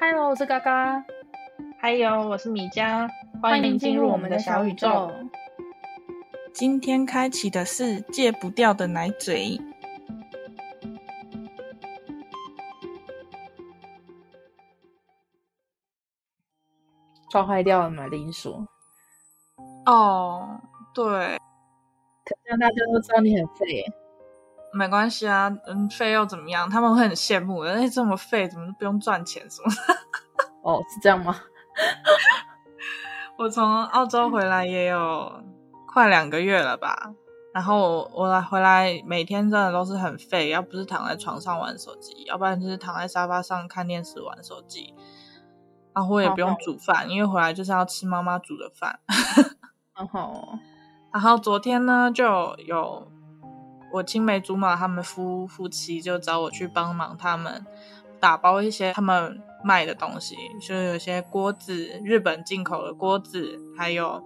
Hello，我是嘎嘎，还有，我是米江，欢迎进入我们的小宇宙。。今天开启的是戒不掉的奶嘴。撞坏掉了马铃薯，哦，对，可这样大家都知道你很废耶。没关系啊，嗯，废又怎么样？他们会很羡慕的，哎、这么废，怎么都不用赚钱什么的？ 哦，是这样吗？我从澳洲回来也有快两个月了吧，然后我我来回来每天真的都是很废，要不是躺在床上玩手机，要不然就是躺在沙发上看电视玩手机。然后我也不好用好煮饭，因为回来就是要吃妈妈煮的饭。很好哦，然后昨天呢，就有我青梅竹马他们夫夫妻就找我去帮忙他们打包一些他们卖的东西，就是有些锅子，日本进口的锅子，还有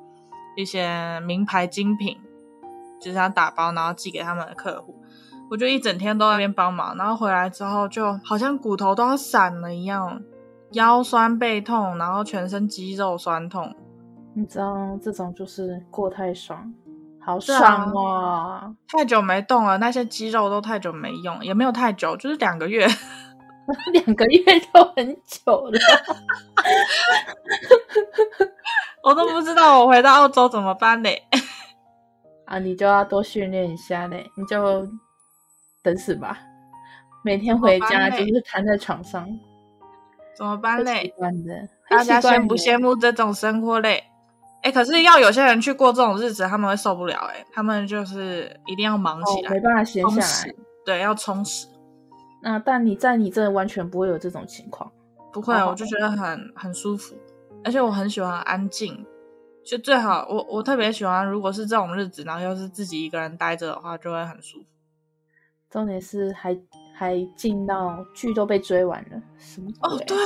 一些名牌精品，就是要打包然后寄给他们的客户。我就一整天都在那边帮忙，然后回来之后就好像骨头都要散了一样，腰酸背痛，然后全身肌肉酸痛，你知道这种就是过太爽，好对啊爽哦！太久没动了，那些肌肉都太久没用，也没有太久，就是两个月。 两个月都很久了，我都不知道我回到澳洲怎么办嘞。啊，你就要多训练一下嘞，你就等死吧。每天回家怎么办嘞就是瘫在床上，怎么办会习嘞？惯的。会大家习惯羡的不哦羡慕这种生活嘞？哎、可是要有些人去过这种日子，他们会受不了哎、他们就是一定要忙哦起，来，没办法闲充下来实。，对，要充实。那但你在你这完全不会有这种情况。不会，好好我就觉得很很舒服，而且我很喜欢安静。就最好我我特别喜欢，如果是这种日子，然后又是自己一个人待着的话，就会很舒服。重点是还还进到剧都被追完了，什么鬼？啊哦，对，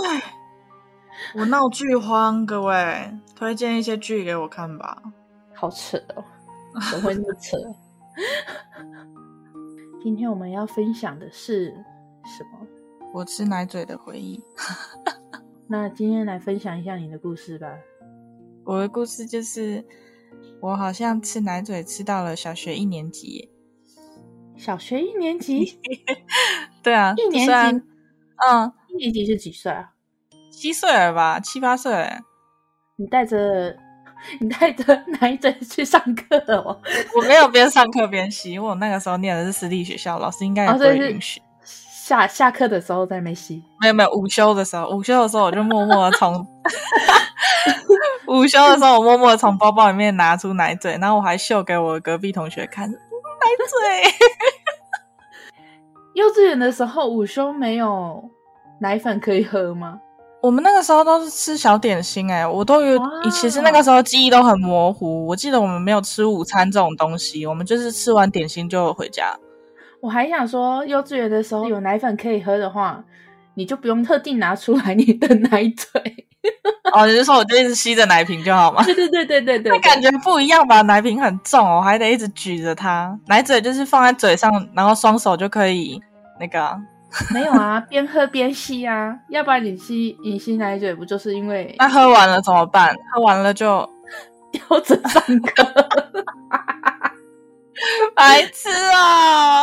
我闹剧荒，各位推荐一些剧给我看吧。好扯 哦，怎么会那么扯？ 今天我们要分享的是什么？我吃奶嘴的回忆，那今天来分享一下你的故事吧。我的故事就是我好像吃奶嘴吃到了小学一年级耶。小学一年级，对啊，一年级虽然嗯，一年级是几岁啊？七岁了吧，七八岁了。你带着你带着奶嘴去上课了哦？我没有边上课边吸，因为我那个时候念的是私立学校，老师应该也哦不所以会是允许。下下课的时候在没吸，没有没有，午休的时候，午休的时候我就默默的从， 午休的时候我默默的从包包里面拿出奶嘴，然后我还秀给我隔壁同学看，嗯奶嘴。幼稚园的时候午休没有奶粉可以喝吗？我们那个时候都是吃小点心、欸，哎，我都有哇，其实那个时候记忆都很模糊。我记得我们没有吃午餐这种东西，我们就是吃完点心就回家。我还想说，幼稚园的时候有奶粉可以喝的话，你就不用特地拿出来你的奶嘴。 哦，你是说我就一直吸着奶瓶就好吗？对对对对对对那对，感觉不一样吧？奶瓶很重哦，我还得一直举着它。奶嘴就是放在嘴上，然后双手就可以那个啊。没有啊，边喝边吸啊，要不然你吸你吸奶嘴不就是因为那喝完了怎么办？喝完了就吊着 上课？白痴啊！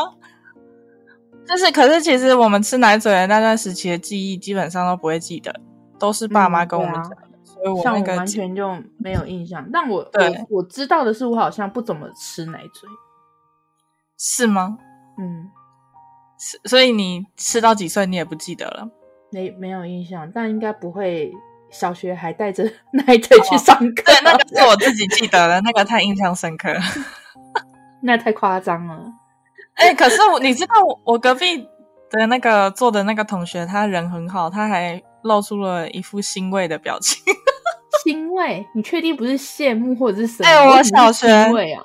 就是，可是其实我们吃奶嘴的那段时期的记忆，基本上都不会记得，都是爸妈跟我们讲的。所以我像那我个完全就没有印象，但我对我我知道的是，我好像不怎么吃奶嘴。是吗？嗯，是，所以你吃到几岁你也不记得了。没没有印象，但应该不会小学还带着 奶嘴去上课，哦 对，那个是我自己记得的，那个太印象深刻了。那太夸张了。 哎、可是我你知道我我隔壁的那个坐的那个同学，他人很好，他还露出了一副欣慰的表情。欣慰？你确定不是羡慕或者是什么？哎我为什么是小学欣慰啊，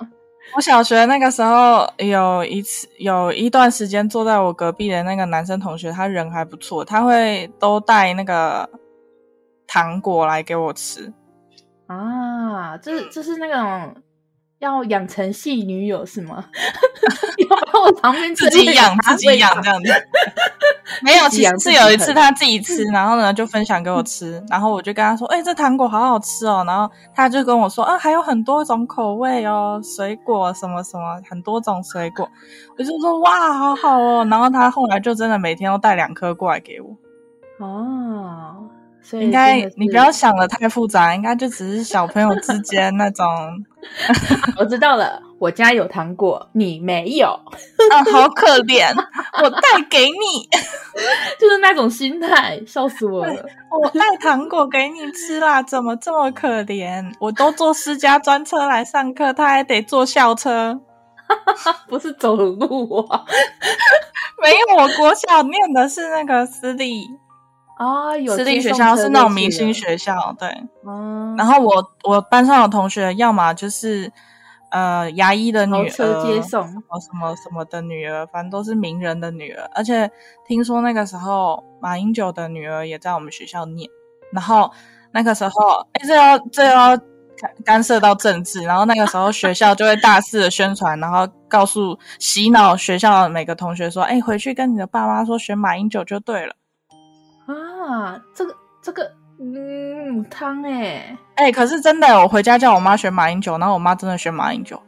我小学那个时候有一次有一段时间坐在我隔壁的那个男生同学，他人还不错，他会都带那个 糖果来给我吃。啊，这这是那种要养成系女友是吗？ 要我旁边自己养自己养这样子。 没有，自其己养实自是己有一啃次他自己吃，然后呢就分享给我吃，然后我就跟他说：“哎、这糖果好好吃哦。”然后他就跟我说：“啊，还有很多种口味哦，水果什么什么，很多种水果。”我就说：“哇，好好哦。”然后他后来就真的每天都带两颗过来给我。哦，所以应该真的是你不要，想的太复杂，应该就只是小朋友之间那种我知道了，我家有糖果，你没有， 啊，好可怜，我带给你，就是那种心态，笑死我 了。我带糖果给你吃啦，怎么这么可怜？我都坐私家专车来上课，他还得坐校车。不是走路啊！没有，我国小念的是那个私立啊，有私立接学送校，车是那种就明去星了，学校，对。嗯，然后我我班上的同学，要么就是呃牙医的女豪儿，车接送什么什么什么的女儿，反正都是名人的女儿。而且听说那个时候马英九的女儿也在我们学校念，然后那个时候，哎，这要这要干干涉到政治，然后那个时候学校就会大肆的宣传，然后告诉洗脑学校的每个同学说，哎，回去跟你的爸妈说选马英九就对了。啊，这个这个，嗯，母汤哎、哎、可是真的，我回家叫我妈选马英九，然后我妈真的选马英九。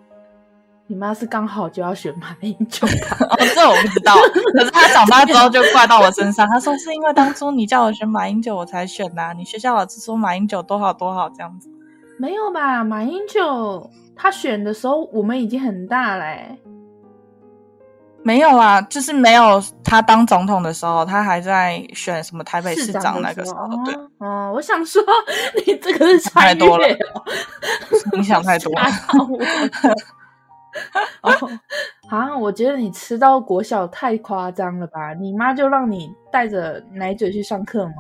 你妈是刚好就要选马英九吧？ 哦，这我不知道。可是他长大之后就怪到我身上，他说是因为当初你叫我选马英九，我才选的啊、你学校老师说马英九多好多好这样子，没有吧？马英九他选的时候，我们已经很大欸嘞、没有啊，就是没有他当总统的时候，他还在选什么台北市长那个时时候。候，对，哦哦，我想说你这个是太穿多了越哦，你想太多了。吓到我 哦，啊，我觉得你吃到国小太夸张了吧？你妈就让你带着奶嘴去上课吗？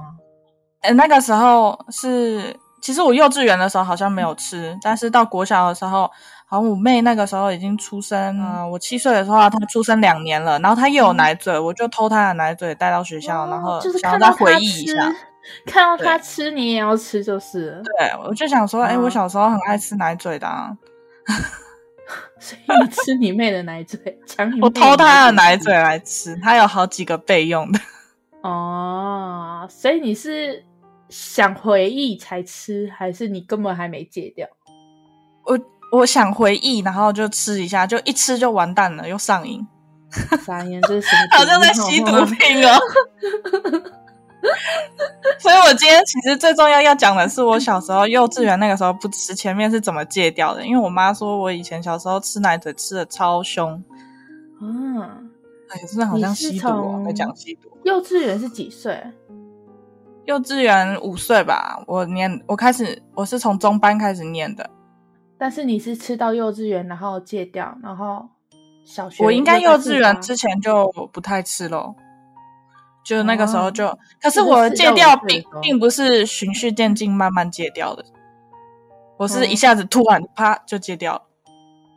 哎、那个时候是，其实我幼稚园的时候好像没有吃，但是到国小的时候，好像我妹那个时候已经出生了，我七岁的时候啊她出生两年了，然后她又有奶嘴，我就偷她的奶嘴带到学校，然后嗯哦就是想要看再到回他忆一吃下。，看到他吃你也要吃，就是 了对，我就想说，哎、我嗯小时候很爱吃奶嘴的、啊，所以你吃你妹的奶嘴，抢你妹我偷她的奶吃嘴来吃，她有好几个备用的。 哦，所以你是想回忆才吃，还是你根本还没戒掉？我我想回忆，然后就吃一下，就一吃就完蛋了，又上瘾，傻眼，这是什么毒？ 好像在吸毒品哦。 所以，我今天其实最重要要讲的是，我小时候幼稚园那个时候不吃，前面是怎么戒掉的？因为我妈说我以前小时候吃奶嘴吃的超凶，嗯，哎，真的好像你是吸毒哦，从在讲吸毒。幼稚园是几岁？幼稚园五岁吧，我念我开始我是从中班开始念的，但是你是吃到幼稚园，然后戒掉，然后小学我应该幼又在稚复园发之前就不太吃咯，就那个时候就，可是哦就是我四戒到五掉岁并的时候并不是循序渐进慢慢戒掉的，我是一嗯下子突然啪就戒掉了，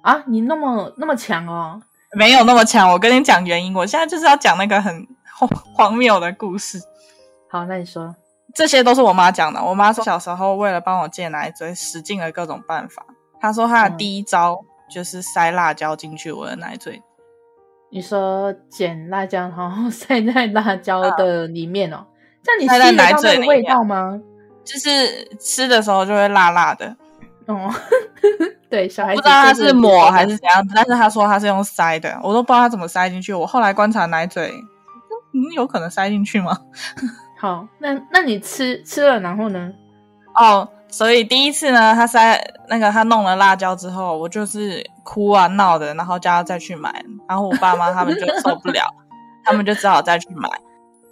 啊，你那么那么强哦，没有那么强。我跟你讲原因，我现在就是要讲那个很荒 荒谬的故事。好，那你说，这些都是我妈讲的。我妈说小时候为了帮我戒奶嘴，使尽了各种办法。她说她的嗯第一招就是塞辣椒进去我的奶嘴，你说捡辣椒，然后 塞在辣椒的里面哦，这样你嗯塞在吸得奶到嘴那个里味面道吗？就是吃的时候就会辣辣的，哦， 对，小孩不子知道她就是抹还是是怎样。但是她说她是用塞的，我都不知道她怎么塞进去。我后来观察奶嘴，嗯，有可能塞进去吗？好。那那你吃吃了，然后呢？哦，所以第一次呢，她塞那个她弄了辣椒之后，我就是哭啊闹的，然后叫她再去买，然后我爸妈他们就受不了， 他们就只好再去买。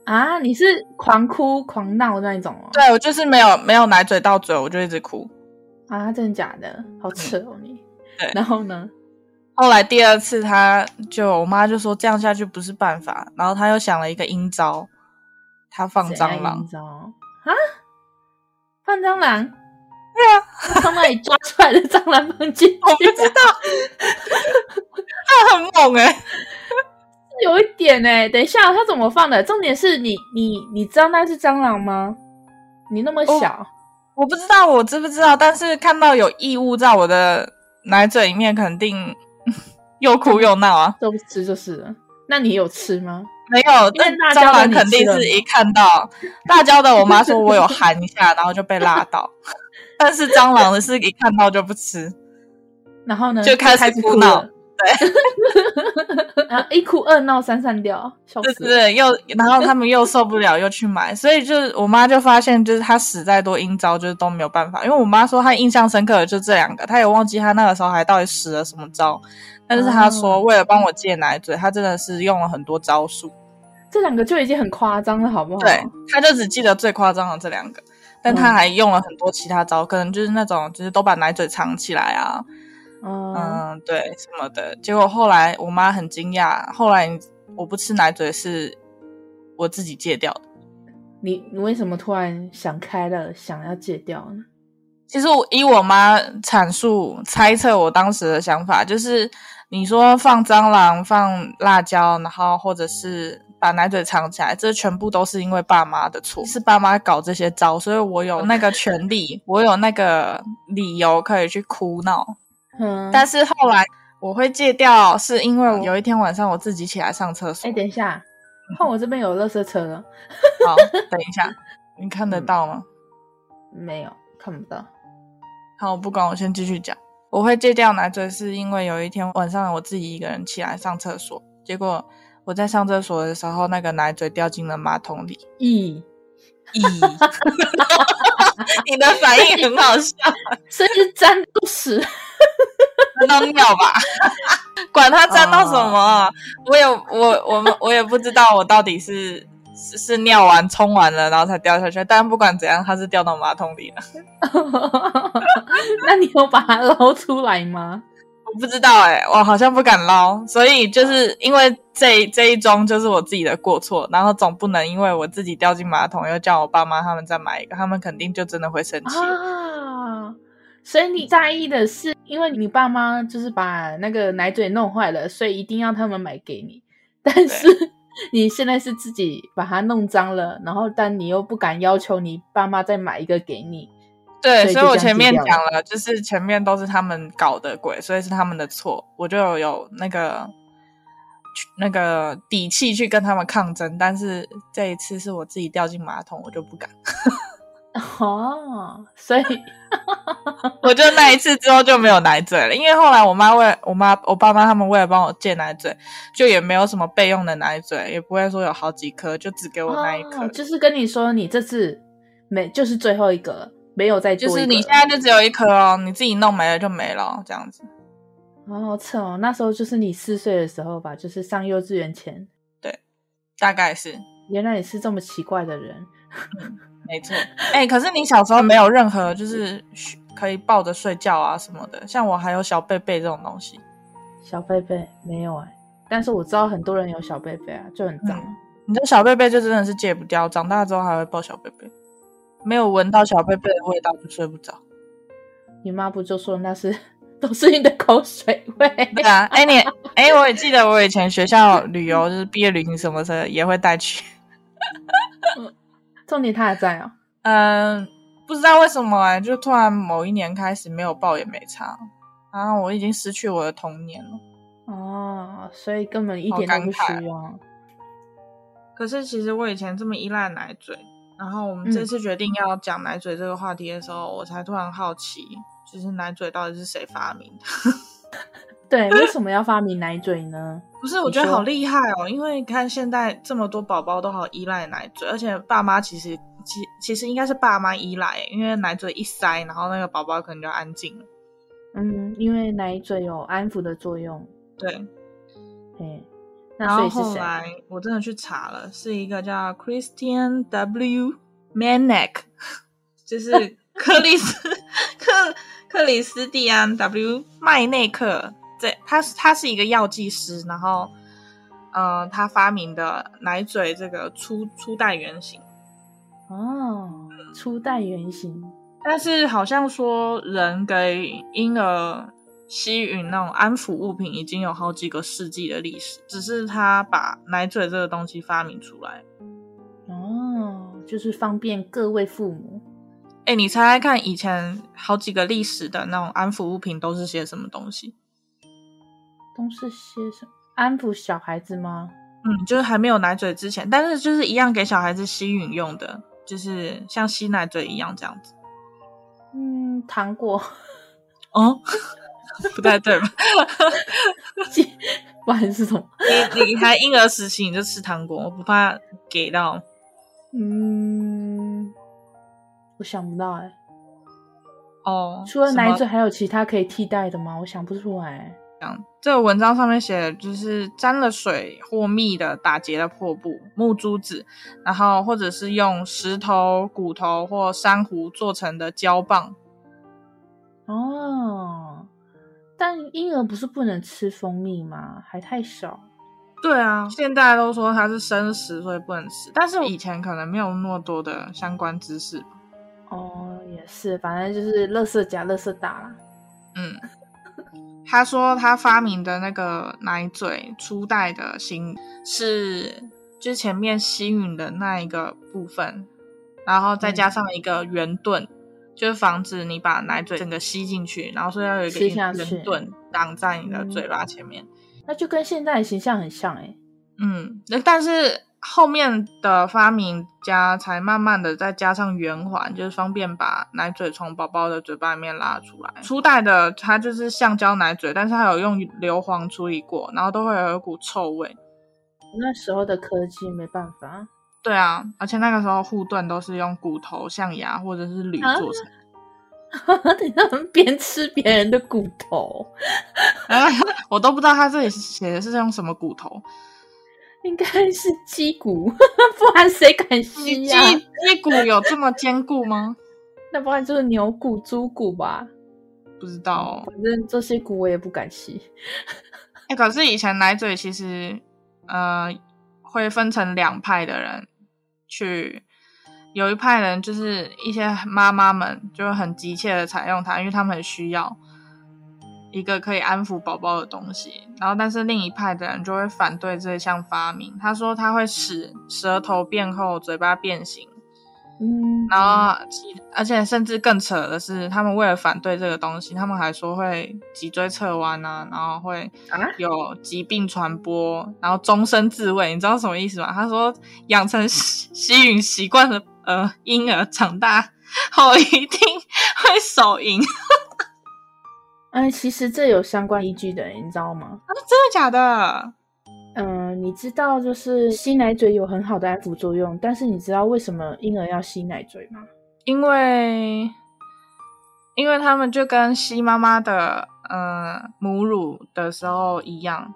啊，你是狂哭狂闹那一种哦？对我就是没有没有奶嘴到嘴，我就一直哭。啊，真的假的？好扯哦你。嗯对然后呢？后来第二次，他就我妈就说这样下去不是办法，然后他又想了一个阴招，他放怎样蟑螂你。知道吗啊？放蟑螂？对啊，从哪里抓出来的蟑螂放进去？ 我不知道，他很猛哎、有一点哎、等一下，它怎么放的？重点是你你你知道那是蟑螂吗？你那么我小，哦我不知道我知不知道，但是看到有异物在我的奶嘴里面肯定又哭又闹啊。都不吃就是了。那你有吃吗？没有， 因为但辣椒蟑的螂你肯定吃了是吗一看到辣椒的，我妈说我有含一下，然后就被辣到。 但是蟑螂的是一看到就不吃，然后呢，就开开始哭闹了。对， 然后一哭二闹三上吊，笑对死对了。对，又然后他们又受不了，又去买，所以就是我妈就发现，就是她死再多阴招，就是都没有办法。因为我妈说她印象深刻的就这两个，她也忘记她那个时候还到底使了什么招，但是她说哦为了帮我戒奶嘴，她真的是用了很多招数。这两个就已经很夸张了，好不好？对，他就只记得最夸张的这两个，但嗯他还用了很多其他招，可能就是那种就是都把奶嘴藏起来啊，嗯，嗯，对什么的。结果后来我妈很惊讶，后来我不吃奶嘴是我自己戒掉的。你你为什么突然想开了，想要戒掉呢？其实我以我妈阐述猜测我当时的想法，就是你说放蟑螂、放辣椒，然后或者是把奶嘴藏起来，这全部都是因为爸妈的错，是爸妈搞这些招，所以我有那个权利， 我有那个理由可以去哭闹。嗯，但是后来我会戒掉，是因为有一天晚上我自己起来上厕所。哎，等一下，嗯换我这边有垃圾车了，好，等一下，你看得到吗？没有看不到。好，不管，我先继续讲。我会戒掉奶嘴，是因为有一天晚上我自己一个人起来上厕所，结果我在上厕所的时候，那个奶嘴掉进了马桶里。咦，咦， 你的反应很好笑，甚至沾都屎，沾到尿吧？ 管它沾到什么我也我我们我也不知道我到底是是是尿完冲完了，然后才掉下去。但不管怎样，它是掉到马桶里了。 那你有把它捞出来吗？我不知道哎、我好像不敢捞，所以就是因为这这一桩就是我自己的过错，然后总不能因为我自己掉进马桶，又叫我爸妈他们再买一个，他们肯定就真的会生气。啊，所以你在意的是，因为你爸妈就是把那个奶嘴弄坏了，所以一定要他们买给你。但是你现在是自己把它弄脏了，然后但你又不敢要求你爸妈再买一个给你。对，所以就所以我前面这样讲了，就是前面都是他们搞的鬼，所以是他们的错，我就有有那个去那个底气去跟他们抗争，但是这一次是我自己掉进马桶，我就不敢。哦，所以 我就那一次之后就没有奶嘴了，因为后来我妈为我妈我爸妈他们为了帮我戒奶嘴，就也没有什么备用的奶嘴，也不会说有好几颗，就只给我那一颗。哦，就是跟你说，你这次没就是最后一个了，没有再多就是一个你了现在就只有一颗哦，你自己弄没了就没了哦，这样子。哦，好扯哦，那时候就是你四岁的时候吧，就是上幼稚园前。大概是原来你是这么奇怪的人，没错。哎、可是你小时候没有任何就是嘘可以抱着睡觉啊什么的，像我还有小贝贝这种东西。小贝贝没有哎、但是我知道很多人有小贝贝啊，就很脏。你的小贝贝就真的是戒不掉，长大之后还会抱小贝贝，没有闻到小贝贝的味道就睡不着。你妈不就说那是 都是你的口水味？ 对啊，哎、你哎、我也记得我以前学校旅游就是毕业旅行什么的也会带去，重点他还在哦。嗯，不知道为什么哎、就突然某一年开始没有报也没差，然后我已经失去我的童年了。哦，所以根本一好啊点都不尴尬需要。可是其实我以前这么依赖奶嘴，然后我们嗯这次决定要讲奶嘴这个话题的时候，我才突然好奇，就是奶嘴到底是谁发明的？对，为什么要发明奶嘴呢？不是，我你觉得说好厉害哦，因为你看现在这么多宝宝都好依赖奶嘴，而且爸妈其实其其实应该是爸妈依赖，因为奶嘴一塞，然后那个宝宝可能就安静了。嗯，因为奶嘴有安抚的作用。对，哎，那然所后以是后谁？来我真的去查了，是一个叫 Christian W. Manek，就是克里斯 克克里斯蒂安 W. 麦内克，这他是他是一个药剂师，然后呃，他发明的奶嘴这个初初代原型。哦，初代原型。但是好像说人给婴儿吸吮那种安抚物品已经有好几个世纪的历史，只是他把奶嘴这个东西发明出来。哦，就是方便各位父母。哎，你猜猜看，以前好几个历史的那种安抚物品都是些什么东西？都是些什么安抚小孩子吗？嗯，就是还没有奶嘴之前，但是就是一样给小孩子吸吮用的，就是像吸奶嘴一样这样子。嗯，糖果哦， 不太对吧？不然是什么？ 你你还婴儿时期你就吃糖果，我不怕给到。嗯，我想不到哎、哦，除了什么奶嘴，还有其他可以替代的吗？我想不出来。这个文章上面写的就是沾了水或蜜的打结的破布、木珠子，然后或者是用石头、骨头或珊瑚做成的胶棒。哦，但婴儿不是不能吃蜂蜜吗？还太少。对啊，现在都说它是生食，所以不能吃。但是以前可能没有那么多的相关知识吧。哦，也是，反正就是乐色夹乐色打啦。嗯，他说他发明的那个奶嘴初代的型是，就是前面吸吮的那一个部分，然后再加上一个圆盾，就是防止你把奶嘴整个吸进去，然后所以要有一个吸下去嗯圆盾挡在你的嘴巴前面。那就跟现在的形象很像哎、嗯，那但是后面的发明家才慢慢的再加上圆环，就是方便把奶嘴从宝宝的嘴巴里面拉出来。初代的它就是橡胶奶嘴，但是它有用硫磺处理过，然后都会有一股臭味。那时候的科技没办法。 对啊，而且那个时候护盾都是用骨头、象牙或者是铝啊做成。你他们边吃别人的骨头，我都不知道它这里写的是用什么骨头，应该是鸡骨， 不然谁敢鸡吸呀、鸡骨有这么坚固吗？那不然就是牛骨、猪骨吧。不知道哦。反正这些骨我也不敢吸。欸，可是以前奶嘴其实，呃，会分成两派的人去，有一派人就是一些妈妈们就会很急切的采用它，因为他们很需要一个可以安抚宝宝的东西。然后，但是另一派的人就会反对这项发明，他说它会使舌头变厚，嘴巴变形。嗯，然后其，而且甚至更扯的是，他们为了反对这个东西，他们还说会脊椎侧弯啊，然后会啊有疾病传播，然后终身自慰，你知道什么意思吗？他说养成吸吸吮习惯的呃婴儿长大后一定会手淫， 哎，其实这有相关依据的，欸你知道吗？他说真的假的？嗯、你知道就是吸奶嘴有很好的安抚作用，但是你知道为什么婴儿要吸奶嘴吗？因为因为他们就跟吸妈妈的呃母乳的时候一样，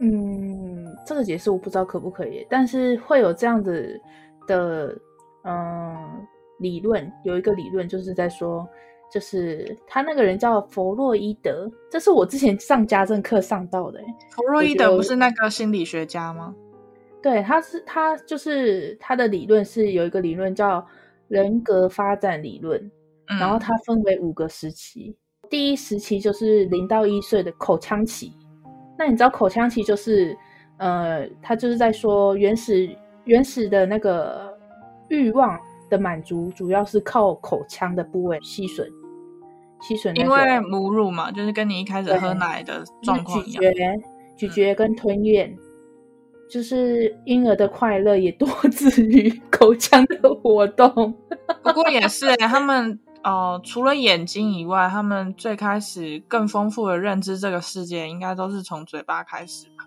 嗯，这个解释我不知道可不可以，但是会有这样子的，嗯，理论有一个理论就是在说，就是他那个人叫弗洛伊德，这是我之前上家政课上到的欸、弗洛伊我觉德得不是那个心理学家吗？对，他是他就是他的理论是有一个理论叫人格发展理论，嗯然后它分为五个时期，第一时期就是零到一岁的口腔期。那你知道口腔期就是，呃，它就是在说原始原始的那个欲望的满足，主要是靠口腔的部位吸吮，吸吮那因个为母乳嘛，就是跟你一开始对喝奶的就状是况咀一样。嗯嚼、咀嚼跟吞咽，就是婴儿的快乐也多 自于口腔的活动。不过也是、欸，他们呃，除了眼睛以外，他们最开始更丰富的认知这个世界，应该都是从嘴巴开始吧。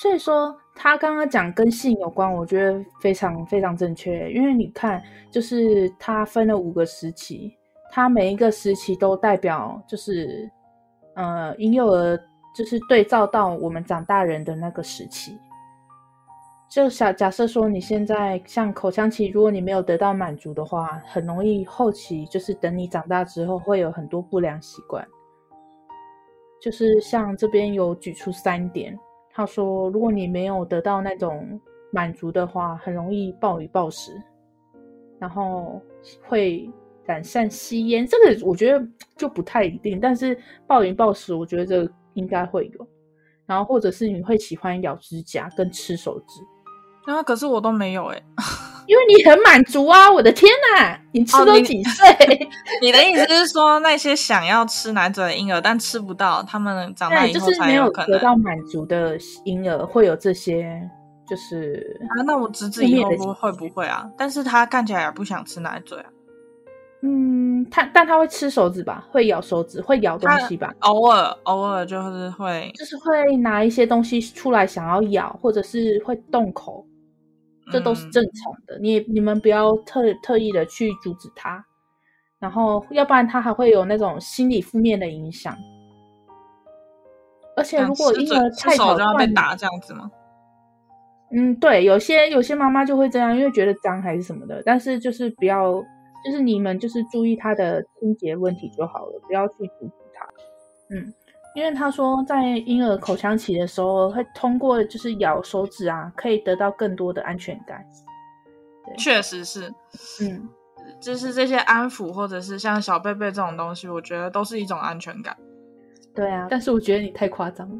所以说，他刚刚讲跟性有关，我觉得非常非常正确。因为你看，就是他分了五个时期，他每一个时期都代表就是，呃，婴幼儿就是对照到我们长大人的那个时期。就假假设说你现在像口腔期，如果你没有得到满足的话，很容易后期就是等你长大之后会有很多不良习惯。就是像这边有举出三点，他说，如果你没有得到那种满足的话，很容易暴饮暴食，然后会染上吸烟。这个我觉得就不太一定，但是暴饮暴食，我觉得这个应该会有。然后或者是你会喜欢咬指甲跟吃手指，然后可是我都没有哎、因为你很满足啊！我的天哪，你吃哦都你几 岁？你的意思是说，那些想要吃奶嘴的婴儿但吃不到，他们长大 对，以就后是才没有可得能。到满足的婴儿会有这些，就是啊，那我侄子负以面后的不情会不会啊？但是他看起来也不想吃奶嘴啊，嗯，他但他会吃手指吧，会咬手指，会咬东西吧，偶尔偶尔就是会，就是会拿一些东西出来想要咬，或者是会动口，这都是嗯正常的。你也你们不要特特意的去阻止他，然后要不然他还会有那种心理负面的影响。而且但如果吃婴嘴儿吃太手早就要被断奶打这样子吗？嗯，对，有些有些妈妈就会这样，因为觉得脏还是什么的，但是就是不要，就是你们就是注意他的清洁问题就好了，不要去阻止他。嗯，因为他说在婴儿口腔期的时候，会通过就是咬手指啊，可以得到更多的安全感。确实是，嗯，就是这些安抚或者是像小贝贝这种东西，我觉得都是一种安全感。 对啊，但是我觉得你太夸张了，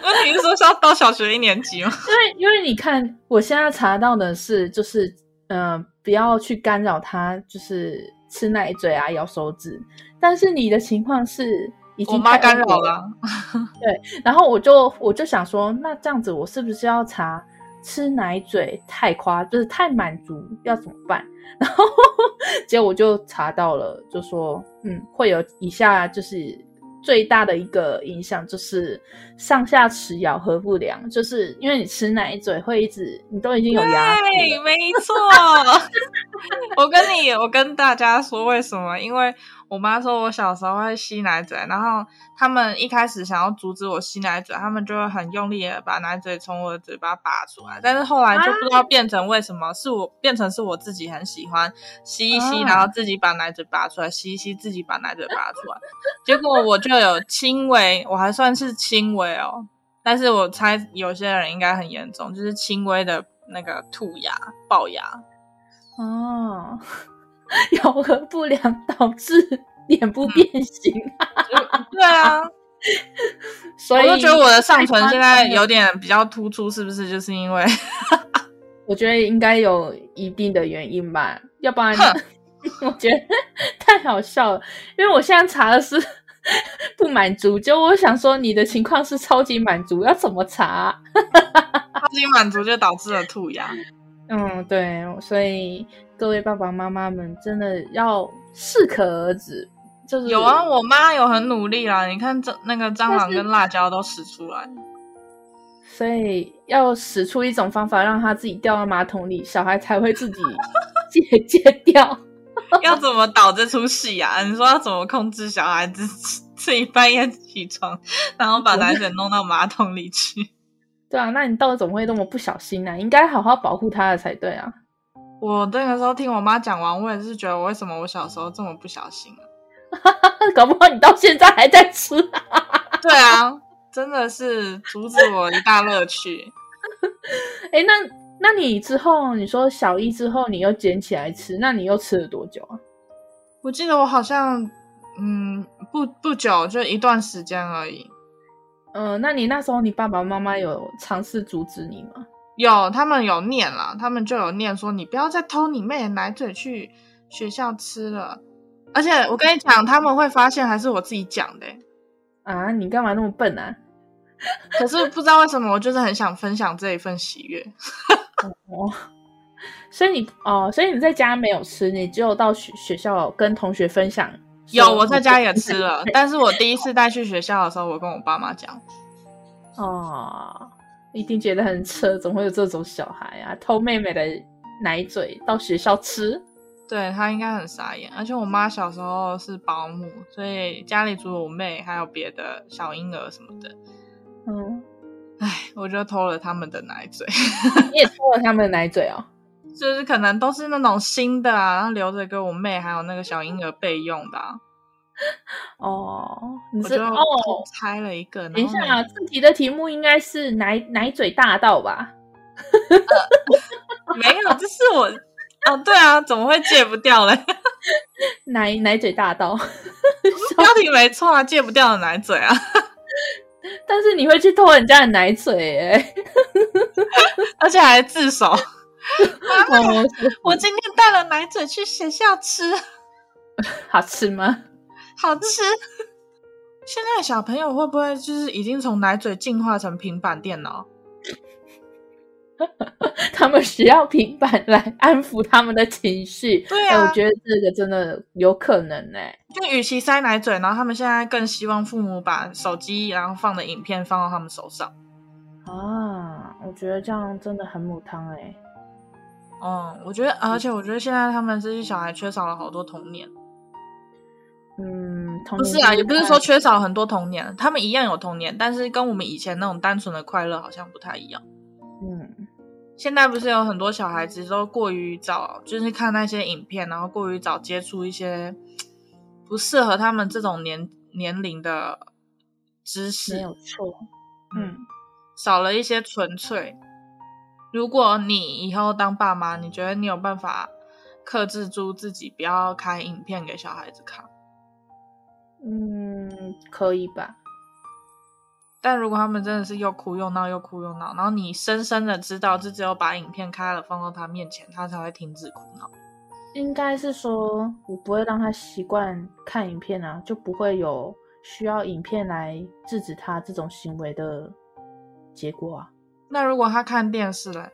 那你是说是要到小学一年级吗？因为因为你看我现在查到的是，就是嗯、呃不要去干扰他，就是吃奶嘴啊、咬手指，但是你的情况是。已经我妈太干 over 扰了啊，然后我就我就想说，那这样子我是不是要查吃奶嘴太夸，就是太满足要怎么办？ 然后结果我就查到了，就说嗯，会有以下就是最大的一个影响，就是上下齿咬合不良，就是因为你吃奶嘴会一直你都已经有牙齿对，了， 没错。我跟你，我跟大家说为什么？因为我妈说我小时候会吸奶嘴，然后他们一开始想要阻止我吸奶嘴，他们就会很用力的把奶嘴从我的嘴巴拔出来。但是后来就不知啊道变成为什么，是我变成是我自己很喜欢吸一吸，啊然后自己把奶嘴拔出来，吸一吸自己把奶嘴拔出来。结果我就有轻微，我还算是轻微哦，但是我猜有些人应该很严重，就是轻微的那个兔牙、龅牙。哦， 咬合不良导致脸部变形，对啊，所我以就觉得我的上唇现太在夸张了有点比较突出，是不是就是因为？ 我觉得应该有一定的原因吧，要不然哼 我觉得太好笑了。因为我现在查的是 不满足，就我想说你的情况是超级满足，要怎么查？啊超级满足就导致了兔牙。嗯，对，所以各位爸爸妈妈们真的要适可而止，就是有啊，我妈有很努力啦，你看这那个蟑螂但是跟辣椒都使出来。所以要使出一种方法让他自己掉到马桶里，小孩才会自己 解解掉。 要怎么导这出戏啊？你说要怎么控制小孩子 自己半夜起床，然后把奶嘴弄到马桶里去？对啊，那你到底怎么会那么不小心啊呢、应该好好保护他的才对啊。 我那个时候听我妈讲完，我也是觉得，为什么我小时候这么不小心啊？搞不好你到现在还在吃、 对啊，真的是阻止我一大乐趣。哎、那那你之后你说小一之后你又捡起来吃，那你又吃了多久啊？我记得我好像，嗯，不不久就一段时间而已。嗯、那你那时候你爸爸妈妈有尝试阻止你吗？有他们有念啦，他们就有念说你不要再偷你妹的奶嘴去学校吃了。而且我跟你讲，他们会发现还是我自己讲的欸、啊，你干嘛那么笨啊？可是不知道为什么，我就是很想分享这一份喜悦。所以你哦，所以你在家没有吃，你只有到学学校跟同学分享。有我在家也吃了，但是我第一次带去学校的时候，我跟我爸妈讲，哦，一定觉得很扯，怎么会有这种小孩啊？偷妹妹的奶嘴到学校吃？对他应该很傻眼。而且我妈小时候是保姆，所以家里除了我妹，还有别的小婴儿什么的，嗯，我就偷了他们的奶嘴，你也偷了他们的奶嘴哦？就是可能都是那种新的啊，然后留着给我妹还有那个小婴儿备用的、啊，哦，你我是就哦，偷拆了一个。等一然后下呢啊，这题的题目应该是奶奶嘴大盗吧？没有，这是我。哦，对啊，怎么会戒不掉 嘞？奶奶嘴大盗，标题没错啊，戒不掉的奶嘴啊。 但是你会去偷人家的奶嘴、欸，而且还自首，毛毛说 我今天带了奶嘴去学校吃，好吃吗？ 好吃。 现在的小朋友会不会就是已经从奶嘴进化成平板电脑？他们需要平板来安抚他们的情绪。对哎啊，我觉得这个真的有可能欸呢、就与其塞奶嘴，然后他们现在更希望父母把手机然后放的影片放到他们手上。啊，我觉得这样真的很母汤哎、嗯，我觉得，而且我觉得现在他们这些小孩缺少了好多童年。嗯，童不年是就啊，是也不是看说缺少很多童年，他们一样有童年，但是跟我们以前那种单纯的快乐好像不太一样。嗯，现在不是有很多小孩子都过于早，就是看那些影片，然后过于早接触一些不适合他们这种年年龄的知识，没有错。嗯，少了一些纯粹。如果你以后当爸妈，你觉得你有办法克制住自己，不要开影片给小孩子看？嗯，可以吧？但如果他们真的是又哭又闹，又哭又闹，然后你深深的知道，这只有把影片开了放到他面前，他才会停止哭闹。应该是说，我不会让他习惯看影片啊，就不会有需要影片来制止他这种行为的结果啊。那如果他看电视嘞，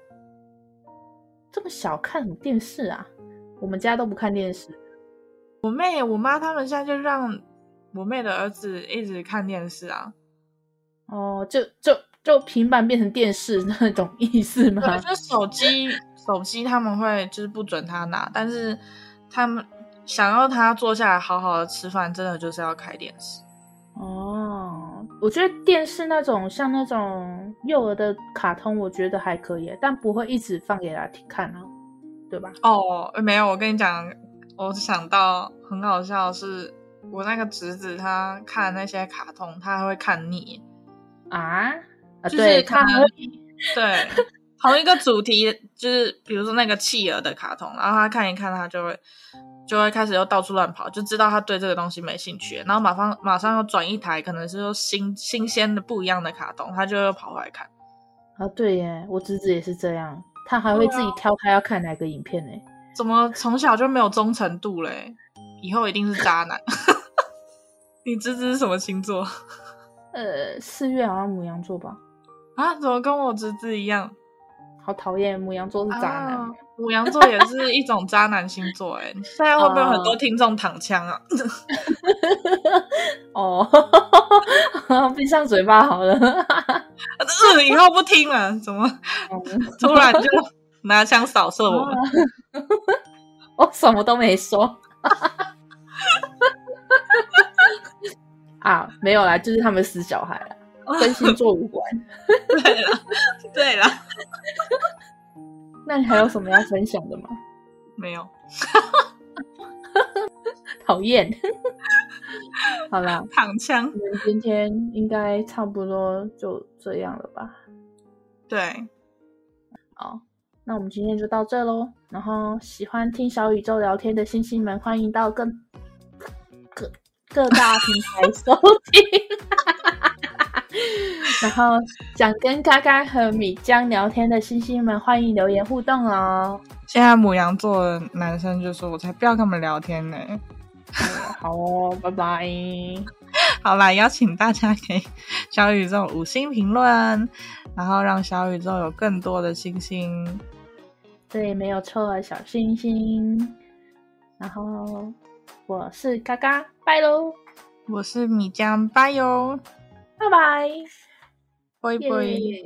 这么小看什么电视啊？我们家都不看电视。我妹、我妈他们现在就让我妹的儿子一直看电视啊，哦，就就就平板变成电视那种意思吗？ 对，就是手机，手机他们会就是不准他拿，但是他们想要他坐下来好好的吃饭，真的就是要开电视。哦，我觉得电视那种像那种幼儿的卡通，我觉得还可以，但不会一直放给他听看啊，对吧？哦，没有，我跟你讲，我想到很好笑的是，我那个侄子他看那些卡通，他还会看腻。啊啊，就是对，可他能会对，同一个主题，就是比如说那个企鹅的卡通，然后他看一看，他就会就会开始又到处乱跑，就知道他对这个东西没兴趣，然后马上马上又转一台，可能是说新新鲜的不一样的卡通，他就又跑回来看。啊，对耶，我侄子也是这样，他还会自己挑他要看哪个影片呢。怎么从小就没有忠诚度嘞？以后一定是渣男。 你侄子是什么星座？呃，四月好像母羊座吧，啊，怎么跟我侄子一样？好讨厌，母羊座是渣男。啊 母羊座也是一种渣男星座、欸，哎，现在会不会有很多听众躺枪啊？哦， 闭上嘴巴好了。 呃以后不听了，怎么突然就拿枪扫射我们？我什么都没说。啊，没有啦，就是他们死小孩啦，跟星座无关。对了，对了，那你还有什么要分享的吗？没有，讨厌。 好啦，躺枪。我们今天应该差不多就这样了吧？对，好，那我们今天就到这喽。然后喜欢听小宇宙聊天的星星们，欢迎到各各各大平台收听。 然后想跟嘎嘎和米江聊天的星星们，欢迎留言互动哦。现在母羊座的男生就说：“我才不要跟他们聊天呢、好哦，拜拜。好啦，邀请大家给小宇宙五星评论，然后让小宇宙有更多的星星。对，没有错啊，小星星。然后我是嘎嘎，拜喽，我是米江，拜哟，拜拜，拜拜。耶